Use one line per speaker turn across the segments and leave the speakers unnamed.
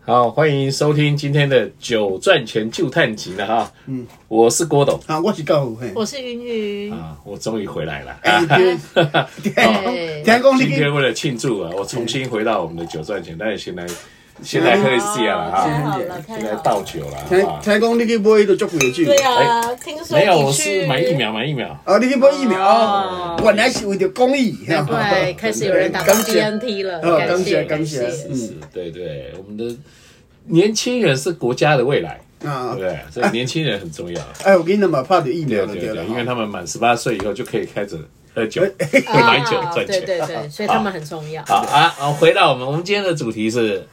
好，欢迎收听今天的《酒赚钱就探集》了哈。嗯，我是郭董
啊，我是教父嘿。
我是云云，
啊，我终于回来了。
哎，对，听讲，听讲你
今
去
天为了庆祝啊，我重新回到我们的《酒赚钱》，但是先来先来喝一下啊了
太
哈，
好了，太
先来
好了。
倒酒了
听
啊。
听讲你去买迄个足贵的酒
对。啊，听说
哎没有，我
你
是
去
买疫，苗，买疫苗。
哦，你去买疫苗，
哦
原来是为着公益。
难 怪开始有人打
感谢
BNT 了，
哦
感谢
感
感
谢
谢
感。谢
是是，对对，我们的年轻人是国家的未来，对
啊
不，对？所以年轻人很重要。
哎，我跟你嘛拍着疫
对
苗了，
对
对啊了
对，，因为他们满十八岁以后就可以开始 喝酒、买酒
啊
赚
对
钱。
对对，所以他们很重要。
好啊，好，回到我们我们今天的主题是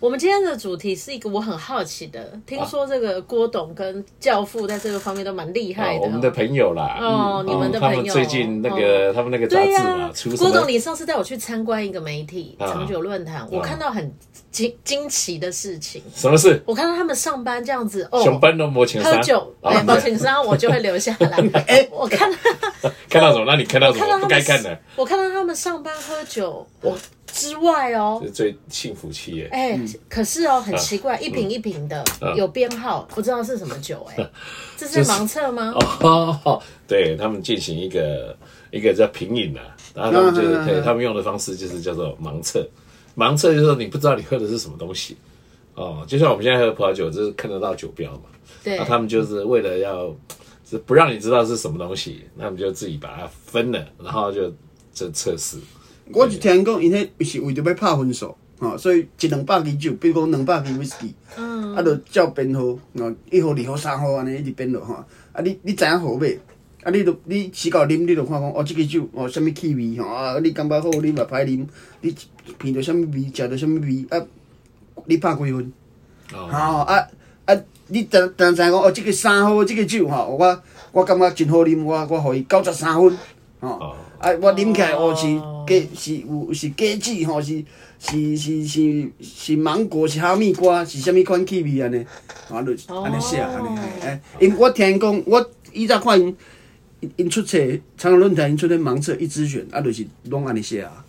我们今天的主题是一个我很好奇的，听说这个郭董跟教父在这个方面都蛮厉
啊，
害的哦。
我们的朋友啦，
哦
嗯
你们的
他
朋友哦
们最近那个他们那个杂
对
志
呀、
嘛，出什
郭董，
么？
你上次带我去参观一个媒体
啊
长久论坛，我看到很惊惊奇的事情。
什么事？
我看到他们上班这样子，
熊
哦，
班都摩拳
喝
擦
酒，
啊
哎，保险商我就会留下来。 哎，我看到
看到什么？那你看到什
看到
么不
他们
该看的？
我看到他们上班喝酒，我之外哦
这。是嗯啊最幸福期耶。
哎、可是哦，很奇怪，一瓶一瓶的，
啊
有编号，不知道是什么酒、 哎，这是盲测吗？
哦，对他们进行一个一个叫品饮啊，然后他们就是
嗯嗯嗯
对
嗯
他们用的方式就是叫做盲测，盲测就是说你不知道你喝的是什么东西哦，就像我们现在喝葡萄酒，就是看得到酒标嘛，
对
那，他们就是为了要是不让你知道是什么东西，那他们就自己把它分了，然后就这测试。
我就听讲，因迄是为着要拍分数，吼，所以一两百支酒，比如讲两百支 whisky，啊，就照编号，吼，一号、二号、三号安尼一直编落吼。啊，你你知影号码，啊，你就你时到啉，你就看讲哦，即支酒哦，什物气味吼，啊，你感觉好啉嘛歹啉，你闻到什物味，食到什物味，啊，你拍几分？
哦
吼啊啊！你当当知影讲哦，即个三号即个酒吼，我我感觉真好啉，我我互伊九十三分
哦
吼。啊，我啉起来哦是
哦
果是有是果子吼，是是是是是芒果是哈密瓜是啥物款气味安尼，啊，就
哦
安尼写安尼。哎，因我听讲我以前看因因因出册，长隆论坛因出的盲测一支选，啊，就是拢安尼写啊。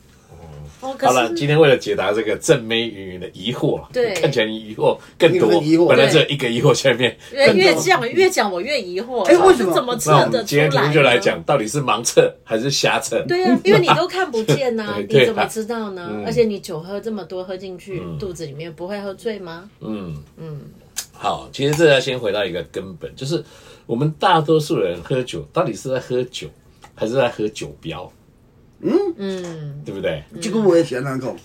哦，可
好了，
是
今天为了解答这个正妹云云的疑惑，
对
看起来你疑惑更多，
你有疑惑
本来只有一个疑惑，下面
越越讲越讲我越疑惑，
哎为什么
这怎么
那我
测
们
得出
今天
来？
题目就来，讲，到底是盲测还是瞎测？
对呀、因为你都看不见呐、
对对啊嗯
你怎么知道呢？而且你酒喝这么多，喝进去、肚子里面不会喝醉吗？
好，其实这要先回到一个根本，就是我们大多数人喝酒，到底是在喝酒还是在喝酒标？嗯嗯，对不对？
即句话是安怎讲？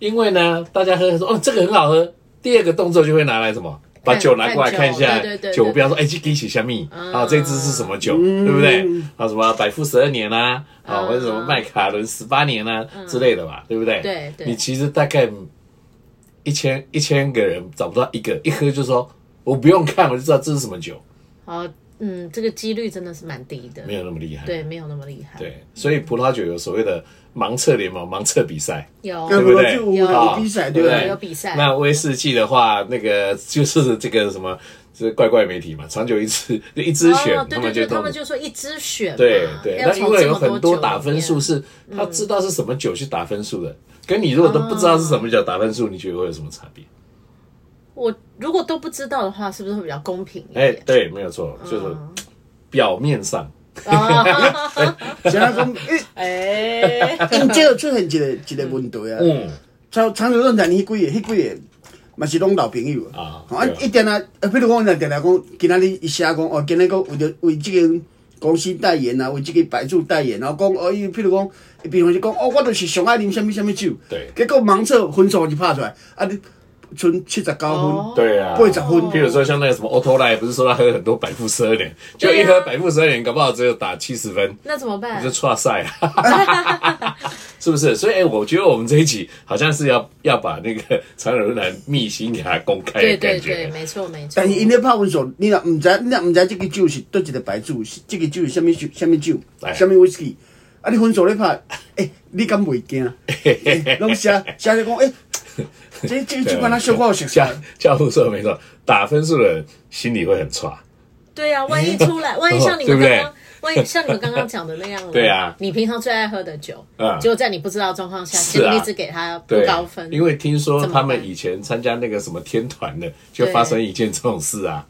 因为呢，大家喝说哦，这个很好喝，第二个动作就会拿来什么？把
看
酒拿过来看
看
一
酒
下
对对对对
酒标，说哎，这给起下面啊，这支是什么酒，对不对？啊，什么百富十二年啦，啊，或者什么麦卡伦十八年啦之类的吧，对不对？
嗯对对
你其实大概一千一千个人找不到一个，一喝就说我不用看，我就知道这是什么酒，
好，嗯，这个几率真的是蛮低的
没，有那么厉害。
对，没有那么厉害。，
对，所以葡萄酒有所谓的盲测联盟、盲测比赛。
有
对
不对？
有有
啊
比赛
对
对
不
不
对？
对
有比赛
那威士忌的话，那个就是这个什么，这怪怪媒体嘛，长久一支就一支选
哦，，对对对，他
动
们。就说一支选嘛，
对对，
要
那因
从
为
这
有
么
很
多
多
酒
打
里
分
面嗯
数是他知道是什么酒去打分数的，跟你如果都不知道是什么酒打分数，你觉得会有什么差别？
我如果都不知道的话，是不是会比较公平一
哎
点？，
对，没有错，
嗯
就是表面上
嗯
是安怎讲？ 诶
哎，
因这个出现一个一个问题啊，
嗯
像长洲论坛迄几个、迄几个，嘛是拢老朋友
啊
吼啊
对啊，
一定啊，呃比如讲，咱定定讲，今仔日伊写讲，哦，今仔个为着为即个公司代言啊，为即个牌子代言，然后讲，哦，伊譬如讲，伊平常时讲，哦，我就是上爱啉什物什物酒，
对
结果盲测分数就拍出来，啊，你剩七十九
哦
分，
对啊，
八十分
譬如说像那个什么 Auto Line，不是说他喝很多百富十二年，就一
对
喝
啊
百富十二年，搞不好只有打七十分，
那怎么办
你就？岔赛啊， 是不是？所以、哎，我觉得我们这一集好像是要要把那个长友论坛秘辛给它公开的
对
感
对
觉
对，。没错没错
但。是因咧拍分数，你若毋知，你若毋知即个酒是倒一个牌子，是即个酒是啥物酒、啥物酒
哎、
啥物 whisky，啊，你分数咧拍，诶、你敢袂惊？ 欸拢写写咧讲，诶、这这个酒敢若小可有熟悉
教，教父说的没错，打分数的人心里会很差。
对啊，万一出来，万一像你
对
们
不
刚
对
刚我像你们刚刚讲的那样，
对啊
你平常最爱喝的酒，
嗯
结果在你不知道的状况下，
是
杰
啊
米一直给他不
对
高分，，
因为听说
怎么
他
办
们以前参加那个什么天团的，就发生一件这种事啊。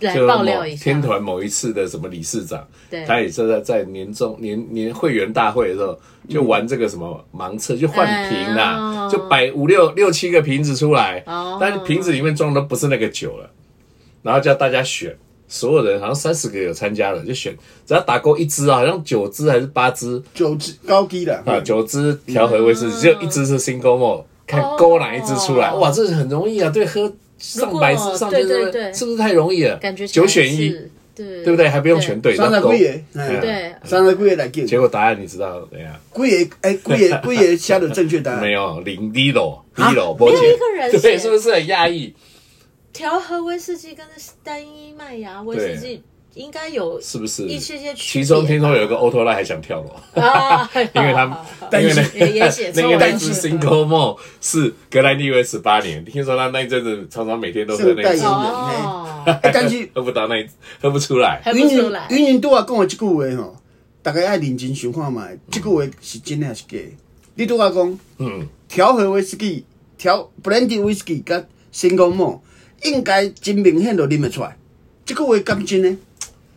来
就
爆
某
料一下，
天团某一次的什么理事长
对，
他也是在在年终年年会员大会的时候，就玩这个什么盲测，就换瓶
哎
啦
哦，
就摆五六六七个瓶子出来
哦，
但是瓶子里面装的不是那个酒了，然后叫大家选。所有人好像三十个有参加的，就选只要打勾一支啊，好像九支还是八支
九支高低的
嗯
啊，九支调和威士忌，只有一支是 single malt，看
哦
勾哪一支出来。哇，这很容易啊，对，喝上百
如
支
果
上千
对
支
对对
是不是太容易了？
感觉起来
九选一，
是，对
对不对？还不用全对，
三十
那够
几个，哎
对
三十几个来叫，
结果答案你知道怎样？
几个哎，几个几个写着正确答
没
案，
有零 l 楼，低楼，
啊没
波
有
姐
一个人
对，
写
是不是很压抑？
调和威士忌跟单一麦芽威士忌应该有
是不是？
一些些区别
其中听说有一个欧托拉还想跳楼，
啊，
因为他们
担
因为
心
那
也也写错
那个
了
那支 Single Mo 是格兰利威十八年，听说他那一阵子常常每天都喝
是
那
代
一支
言，
哦，
哎，但是
喝不到那一支喝不出来。
还不
云
出
云
来，
云云拄啊讲的即句话吼，大家爱认真想看卖，即句话是真的还是假的？你拄啊讲
嗯，
调和威士忌、调 blended whisky 甲 single malt，应该真明显就啉得出来。即句话敢真呢？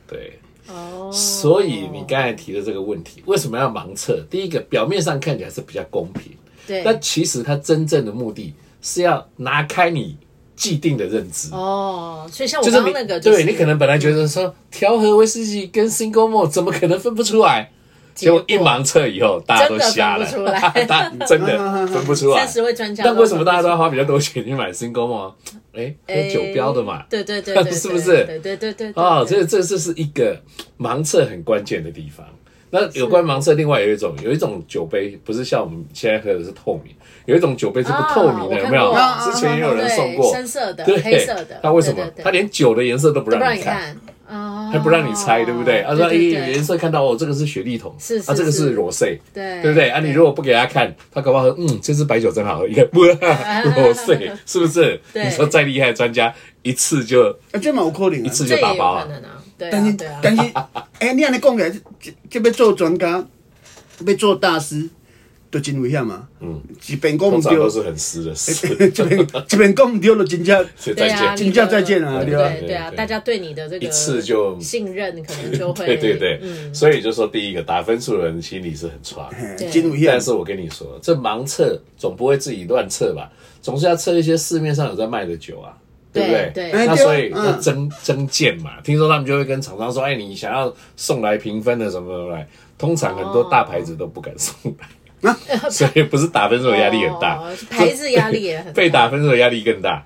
对。
哦，
所以你刚才提的这个问题，为什么要盲测？第一个，表面上看起来是比较公平，
对
但其实它真正的目的是要拿开你既定的认知。
哦，所以像我
就是
刚
你
刚那个，
对你可能本来觉得说调和威士忌跟 single malt 怎么可能分不出来？结
果
果一盲测以后，大家都瞎了，
真的分不出来
大 真的分不出来
三。十位专家，
但为什么大家都要花比较多钱去买 single malt？哎，
哎
喝酒标的嘛。
对对对对，对
是不是
对对对对，对
哦，
对
这这这是一个盲测很关键的地方。那有关盲测，另外有一种有一种酒杯，不是像我们现在喝的是透明，有一种酒杯是不透明的，
啊
有没有
我看？过
之前也有人送过
对，深色的、
对，
黑色的，
那为什么
对对对
他连酒的颜色都不
都
让
不让
你
你
看？
看？哦，
他不让你猜，对不对？他说：“哎，
对对
颜色看到哦，这个是雪莉桶，
是是
啊，这个是
是
裸色，
对
对不对？啊，你如果不给他看，他搞不好说，嗯，这支白酒真好喝，也不裸色，是不是？
对
你说再厉害的专家，一次就
啊，这嘛有可能
一
啊。
次
这
就
也
打包
有可
啊，
能啊，对
但
啊
是
对啊，
但是，哎，你安尼讲起来，这这要做专家，要做大师，都真危险嘛。嗯，一边讲
通
毋
常都
对，
是很湿的事。
一边一边讲毋对，就真正
所以
对
再
啊，
见。
请假再见啊
对
对吧
对啊，
对对
大家对你的这个
一次就
信任，可能就会
对对对，
嗯，
所以就说第一个打分数的人心里是很 差，
嘿
对
真危险啊
但。是我跟你说，这盲测总不会自己乱测吧？总是要测一些市面上有在卖的酒啊，对不
对
对？
对
那
哎对啊
所以
嗯
要增增件嘛，听说他们就会跟厂商说，哎，你想要送来评分的什么什么来，通常很多大牌子都不敢送来，
哦
所以不是打分数的压力很大
哦，牌子压力也很 大
被打分数的压力更大。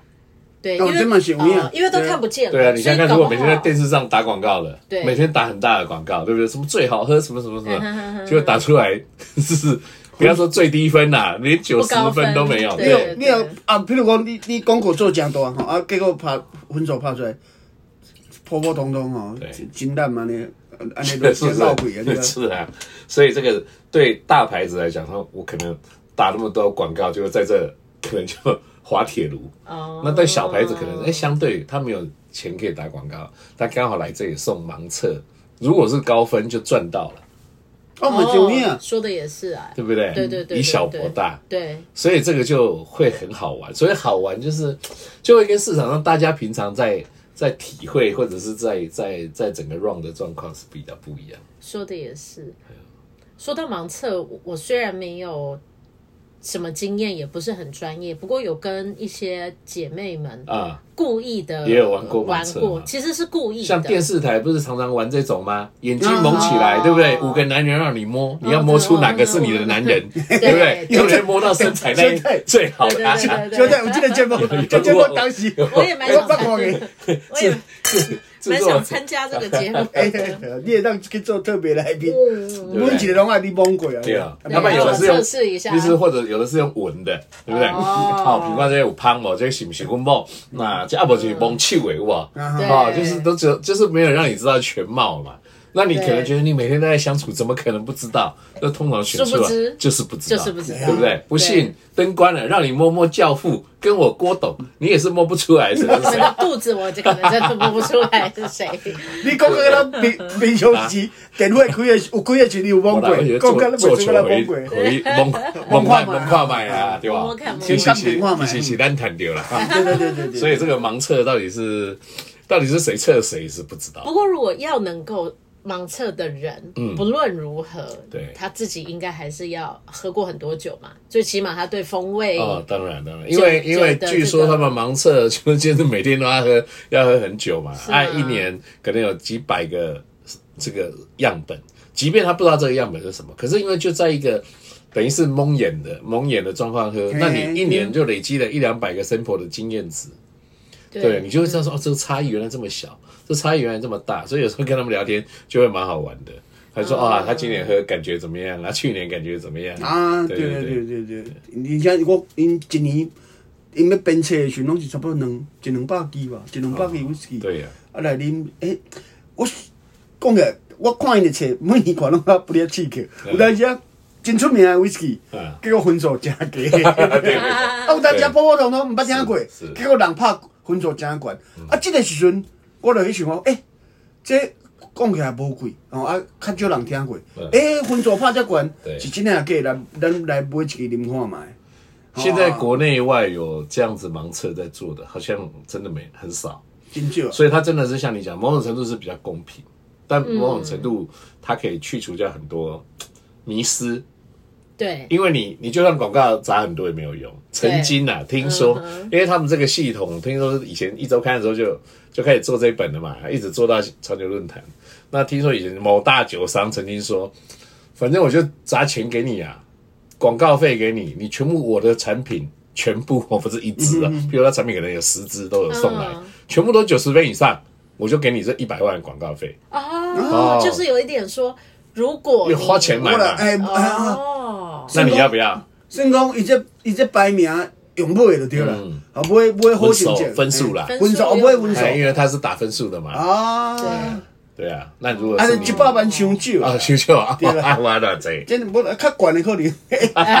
对，
哦
因为
这么行为啊
哦因为都看不见了，
对啊，你
所
想
以
想看，如
搞不
果每天在
好
电视上打广告的，
对
每天打很大的广告，对不对？什么最好喝什么什么什
嗯哼哼
么，
哼
结果打出来 是不要说最低分啦，连九
不
十
高分
分都没有。
你有
对
你有啊？譬如讲，你你功课做真大吼，啊，结果拍分数拍出来，普普通通吼
对，
真烂 嘛呢？安尼安尼
对，
就是
不
真闹鬼啊！对
是？是
吧？
啊，所以这个对大牌子来讲，说我可能打那么多广告，就在这可能就滑铁卢。
哦
那对小牌子可能，哎，相对他没有钱可以打广告，但刚好来这里送盲测，如果是高分就赚到了，
哦，嘛真危啊！
说的也是啊，
对不对？
对对对，
以小
对
博大。
对
所以这个就会很好玩。所以好玩就是，就会跟市场上大家平常在在体会或者是在在在整个 round 的状况是比较不一样。
说的也是。说到盲测，我我虽然没有什么经验，也不是很专业，不过有跟一些姐妹们
啊、
故意的
也有玩过盲
玩
测
过
嘛，
其实是故意的，
像电视台不是常常玩这种吗？眼睛蒙起来，
哦
对不对？五个男人让你摸，你要摸出哪个是你的男人，对不对？
啊对
有人摸到身材那 一
现在
最好
对
的、啊
对 对对
就
对
在我这个节目，这节目当时
我也蛮想
我捌看
参，
的。
我也
制制
蛮
作
想参加这个 节目
哎你也当去做特别来宾，
对不
每一
对
个拢爱你蒙过啊！
对啊，
对
要不然有的是用
测试一下
就是或者有的是用闻的，对不对？
哦
哦，比方说有香哦，这个是不是阮某？那这阿伯就是蒙气味哇，
啊
对
哦，就是都只有就是没有让你知道全貌嘛。那你可能
对
觉得你每天都在相处，怎么可能不知道？那通常选出
殊不
来
知
就是不知道，
就是不知道
对不对？不信灯关了，让你摸摸教父，跟我郭董，你也是摸不出来谁是
你们
谁。
的肚子我就可能真的摸不出来是谁。
你讲个咱平平常时电话开的时有开的时你有懵
我哪
过，
会觉得
讲
做
个咱
做
袂做
球
咱
回
懵过。
回蒙蒙看蒙看买啊，对吧
蒙看？蒙
其实
看
是
蒙看买
其实是咱谈掉了，
对对对对对。
所以这个盲测到底是到底是谁测谁是不知道
不。过如果要能够盲测的人，不论如何，
嗯对
他自己应该还是要喝过很多酒嘛，最起码他对风味，
哦，当然当然，因为
酒
因为
酒的
据
这
说
个
他们盲测就就是每天都要喝，要喝很久嘛，
吗
按一年可能有几百个这个样本，即便他不知道这个样本是什么，可是因为就在一个等于是蒙眼的蒙眼的状况喝，那你一
嗯
年就累积了一两百个 sample 的经验值，对你就会知道说哦，这个差异原来这么小，这差异原来这么大，所以有时候跟他们聊天就会蛮好玩的。他就说
哦
啊，他今年喝感觉怎么样？啊，去年感觉怎么样？
啊，对对对对对，而且我因一年因要编册的时阵，拢是差不多两一两百支吧，一两百支 whisky。
对呀。
啊来啉，诶，我讲起来，我看因的册，每年看拢较不哩刺激，有当时啊真出名的 whisky，
嗯
结果分数真 低。啊，有当时啊普普通通毋捌听过，
是是嗯
结果人拍分数真悬。啊，即个时阵，我就去想讲，诶，这讲起来无贵，吼啊，较少人听过
嗯。
诶，分数拍遮悬，
对
是真诶假的？咱咱来买一支啉看卖。
现在国内外有这样子盲测在做的，好像真的没很少，
真少。
所以它真的是像你讲，某种程度是比较公平，但某种程度
嗯
它可以去除掉很多嘖迷失，
对，
因为你你就算广告砸很多也没有用。曾经啊，听说，因为他们这个系统，听说以前一周刊的时候就就开始做这一本了嘛，一直做到潮流论坛。那听说以前某大酒商曾经说，反正我就砸钱给你啊，广告费给你，你全部我的产品全部， 我不是一支啊，比如他产品可能有十支都有送来，
嗯
全部都九十分以上，我就给你这一百万的广告费，
哦，
哦
就是有一点说，如果
你
哦你
花钱买
我来，
嘛，
诶，啊。
哦，
那你要不要？
算讲伊这伊这排名用买就对啦，啊买买好成绩，
分数嗯分数啦
嘿分数哦买分
手
哎，因
数
为他是打分数的嘛。
对，
啊，
对啊，那如果
啊
是
是
你
一百万伤少
啊，
啊，
修修啊，
对啦
哇哇偌济，
真的无较悬的可能，一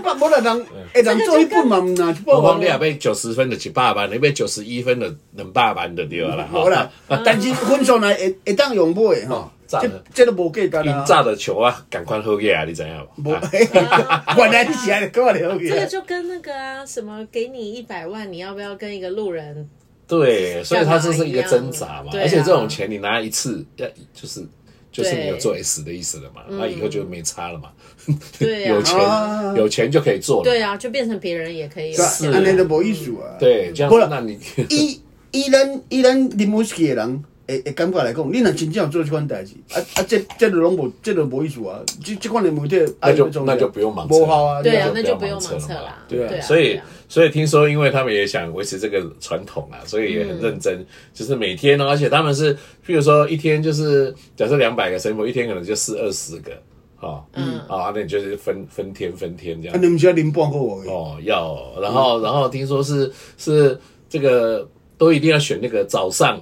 百无啦 人，会人做一本嘛毋拿一百
我讲
万
你也，要九十分的一百万，你要九十一分的两百万就对了啦。
无啦，但是分数来会会当用买的吼，
赞
这
了
这都无价值
因
啦，
炸的球啊，赶快喝起来，你知影无？
无，
啊
原来你是安尼讲了
这个
去，
就跟那个啊，什么给你一百万，你要不要跟一个路人？
对，所以它这是一个挣扎嘛。
对啊
而且这种钱你拿一次，要就是就是
对
你有做 S 的意思了嘛，那以后就没差了嘛。
对啊
有钱
啊
有钱就可以做了。
对啊，就变成别人也可以有
是吧
是
安尼都无意思啊。
对，这样
不啦
那你
以以咱以咱啉威士忌的人会会感觉来讲，你若真正有做即款代志，啊啊，这这都拢无，这都无意思啊。即即款的媒体，
那就
啊
那就不用盲测
无效啊。
对啊
那
那
就
就
不
不
用
用
盲
盲
测
测
了嘛
啦。
对
对啊
所
对
以
啊
所以听说，因为他们也想维持这个传统啊，所以也
嗯
很认真，就是每天哦，而且他们是，譬如说一天就是假设两百个生活，一天可能就四二十个，哦，嗯，啊，那你就是分分天分天这
啊，
样，
你毋是要啉半个月？
哦，要哦，然后然后听说是是这个都一定要选那个早上。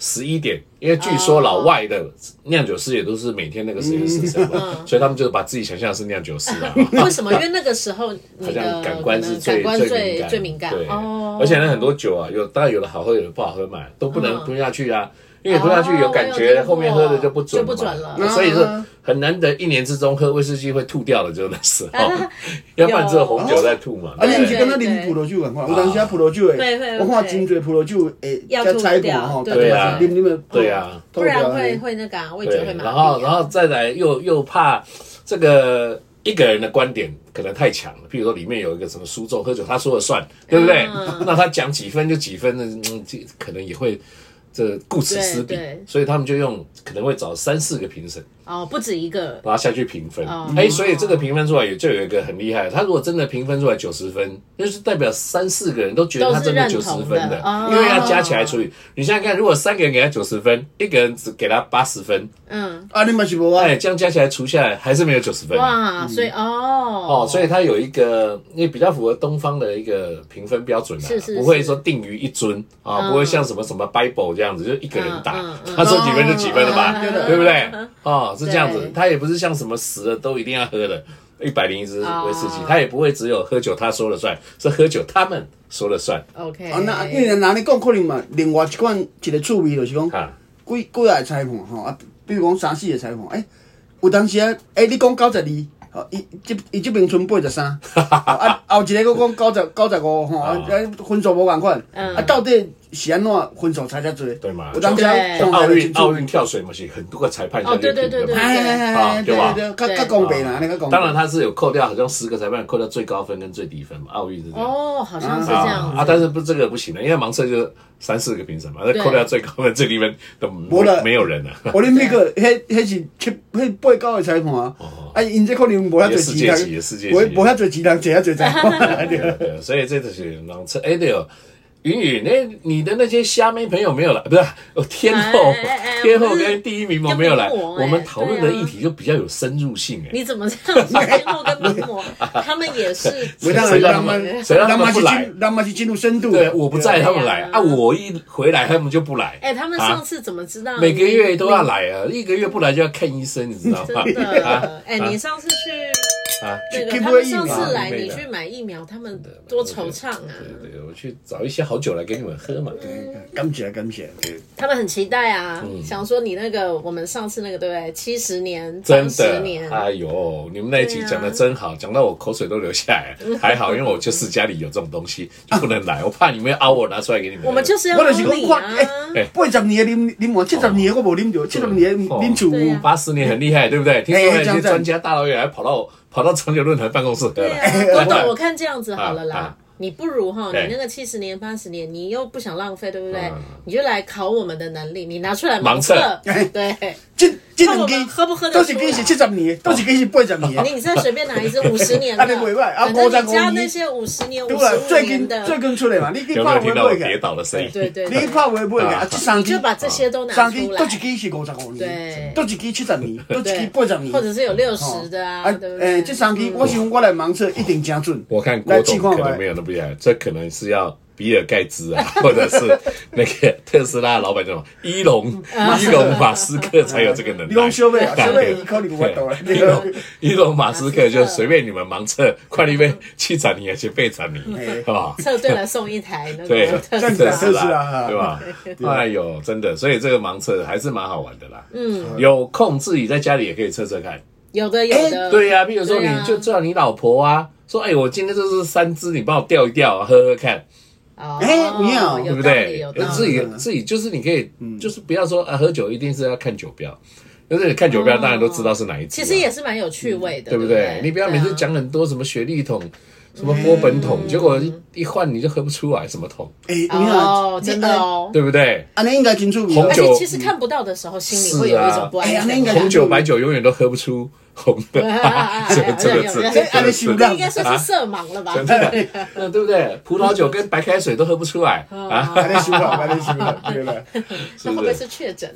十一点，因为据说老外的酿酒师也都是每天那个时间是什
嗯
么，所以他们就把自己想象是酿酒师 啊。
为什么？因为那个时候
好
你
像
的
感官是最
感官
最
最
感
最敏感
对，
哦，
而且呢，很多酒啊，有当然有的好喝，有的不好喝嘛，都不能
嗯
吞下去啊，因为吞下去有感
哦我有
觉，
听过
后面喝的就不准嘛
就不准了
那所以是
嗯
很难得一年之中喝威士忌会吐掉的，就是那时候
啊，哦
要不然只有红酒在吐嘛。
啊，
对
你
不
毋
对
是敢若啉葡萄酒共款？有当时啊，葡萄酒
会会
诶，我看
会
真侪葡萄酒会
要
加
吐
菜
掉
盘吼，
对
对
啊
啊，
啉啉哦诶，
对啊
吐
不然
掉
会
嘿
会那个啊味觉会
对，
麻痹
然
啊。
后然后再来又又怕这个一个人的观点可能太强了，譬如说里面有一个什么苏州喝酒，他说了算，对不对？
嗯
那他讲几分就几分的，嗯，这可能也会这顾此失彼
对对，
所以他们就用可能会找三四个评审，
哦，不止一个，
然后下去评分。哎、
哦
所以这个评分出来也就有一个很厉害，他如果真的评分出来九十分，那就是代表三四个人都觉得他真的九
都
十
是认同
分
的哦
因为要加起来除以。你想想看，如果三个人给他九十分，一个人只给他八十分，
嗯，
啊，你嘛是无啊。
哎，这样加起来除下来还是没有九十分。
哇，所以哦
哦，所以它有一个，因为比较符合东方的一个评分标准啦、啊
是是
不会
是
说定于一尊啊、不会像什么什么 Bible 这样子，就一个人打，
嗯嗯嗯 嗯
他说几分就几分了吧，
哦
对不对？哦，是这样子
对，
他也不是像什么死了都一定要喝的，一百零一支威士忌
哦，
他也不会只有喝酒他说了算，是喝酒他们说了算
OK，
啊，那因为人安尼讲，可能嘛，另外一款一个趣味就是讲，
啊。
几几个裁判吼啊，比如讲三四个裁判，诶、有当时啊，诶、你讲九十二，吼，伊即伊即边剩八 十三，啊，后一个佫讲九十九十五吼，啊，分数无共款，
嗯
啊，到底是安怎分数差遮多？
对嘛
有当时啊
像
讲
奥运奥运跳水嘛，是很多个裁判下
哦
去
对对
评的嘛
对对
哎哎哎，对对，较较公平啦，安尼较公平。
当然，他是有扣掉，好像十个裁判扣掉最高分跟最低分嘛，奥运是这样。
哦，好像是这样子
啊，但是不这个不行的，因为盲测就是三四个评审嘛，那扣掉最高分、最低分都
没了
没有人啊了。
奥林匹克迄迄是七迄八九个裁判啊，啊，因这可能无遐侪
世界级，
钱
也世界
人，无
级
无。遐侪钱人坐遐侪裁判。
对啊对啊所以 这就是盲测。哎对哦，云雨，那你的那些虾妹朋友没有来？不是，哦天后
哎哎哎
天
我
后
们是
跟第一名模没有来，
跟名模
我
哎
们讨论的
对啊
议题就比较有深入性哎。
你怎么这 样子？天后跟名模，他们也是
不当然，他们，他们去进，他们去进入深度。
对，我不在，他们来
对啊
啊！我一回来，他们就不来。
哎、他们上次怎么知道、
啊每个月都要来啊，一个月不来就要看医生，你知道
嗯 真
吗？
的，哎、
啊
你上次去
啊！
那
去
个，
去
他
不会
们
疫
上
苗
次来，
没
你
的
去买疫苗，他们多惆怅啊！嗯
对对，我去找一些好酒来给你们喝嘛。
感谢感谢，对，
他们很期待啊，
嗯
想说你那个我们上次那个对不对？七十年，
真
十
的
年，，
哎呦，你们那一集
啊对啊
讲的真好，讲到我口水都流下来 了。还好，因为我就是家里有这种东西，就不能来，我怕 你们要凹我拿出来给你们喝。
我们就是要
我就是
帮你
讲看，
啊！
哎
诶，八十年啉啉完，七十年我无啉着，七十年啉酒。
八十年很厉害，对不对？听说
哎
那
这样
些
这样
专家大老远还跑到跑到长久论坛办公室喝
对
了。
啊，郭董，我看这样子好了
哎啊
啦
啊。
你不如哈，
对
你那个七十年、八十年，你又不想浪费，对不对
嗯？
你就来考我们的能力，你拿出来
盲
测
测，
对。
这这两支都是跟是七十年，都是跟是八十年。
你这随便拿一支五十年 的，
啊你袂歹啊
反正
无在
你加
讲你
那些五十年、五十
对啦，
五
最
年
近
的，
最近出来嘛，你 你
有没
拍
有
会
听到我
买
跌
个？
倒的声音？
对对
你
对，
拍会买个？这三
你
支
就把这些都拿
三支
出来
都，一支是五十五
对
年，都一支七十年，都一支
对
八十，年。嗯哎
或者是有六十的啊，对不对？
这三支我想我来盲测一定正准。
我看
来
郭
试
董
看
可
看
能没有那么厉害，这可能是要比尔盖茨啊， 或者是那个 特斯拉老板叫什么伊隆伊隆马斯克才有这个能
你讲
耐。
小妹 啊，小妹伊可能有法度啦。
伊隆伊隆马斯克就随便你们盲测，快一杯七斩你还是被斩你，
哎
好不 好？
测对了送一台那
对
个，特
这样
斯
子
特斯
啊，特
拉
斯
拉
拉
对吧？哎呦，真的，所以这个盲测还是蛮好玩的啦。
嗯，
有空自己在家里也可以测测看。
有的有
哎
的，
对呀、比如说你
对啊
就叫你老婆啊，说哎，我今天就是三支，你帮我调一调，喝喝看。
哦，
哎你好
对
有
不
道理
对
有道？
自
理，
己自己就是你可以，就是不要说啊，喝酒一定是要看酒标，但是你看酒标，
哦
大家都知道是哪一支啊，
其实也是蛮有趣味的，
嗯对不
不啊
对？你不要每次，讲很多什么雪莉桶、什么波本桶，
嗯
结果一一换你就喝不出来什么桶，
哎，你
对啊哦
看，，
真的，哦。
对不对？
安尼应该清楚味
红
而
酒
且其实看不到的时候，心里会有一种不安
是啊哎呀那
全
应该
感。
红酒、白酒永远都喝不出红的， 这个这个字，
哎
这
哎
个字
哎哎
应该说是色盲 了吧？
嗯对不对？葡萄酒跟白开水都喝不出来
哦
啊。
安尼收了，安尼收了，对 吧？
那会不会是确诊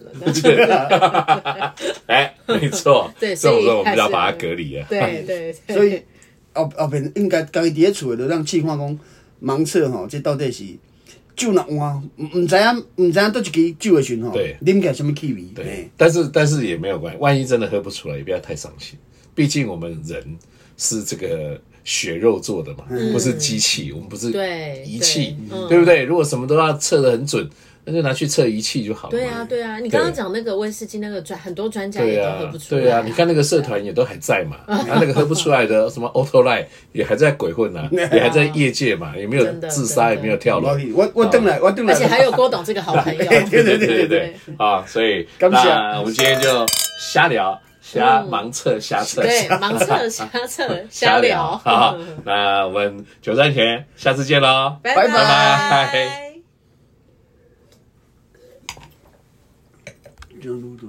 了呢？
啊哎，没错，
对
这
所
种
以
时候我们就要
还是
把它隔离啊。
对对对，
所以后后边应该家己伫咧厝诶，就让试看讲盲测吼，这到底是酒若换，毋毋知影毋知影倒一支酒诶时阵吼，
对
啉起来什么气味？
对
嘿，，
哎但是但是也没有关系，万一真的喝不出来，也不要太伤心。毕竟我们人是这个血肉做的嘛，不是机器，我们不是
对
仪器
对，嗯
对不对？如果什么都要测得很准，那就拿去测仪器就好了嘛。
对啊，对啊，你刚刚讲那个威士忌，那个专很多专家
对
哎也都
啊
喝不，出来。
对啊，你看那个社团也都还在 嘛，他那个喝不出来的什么 Auto Line 也还在鬼混 啊，也还在业界嘛，也没有
真的
自杀，
真的
也没有跳楼
我，我我等来，我等来，
而且还有郭董这个好朋 友。
对对对对对啊，所以
感谢
那我们今天就瞎聊、瞎盲测、瞎测、
嗯对，盲测、瞎测、瞎
瞎
聊
聊。 好，那我们九站前下次见喽，
拜
拜
拜
这样撸住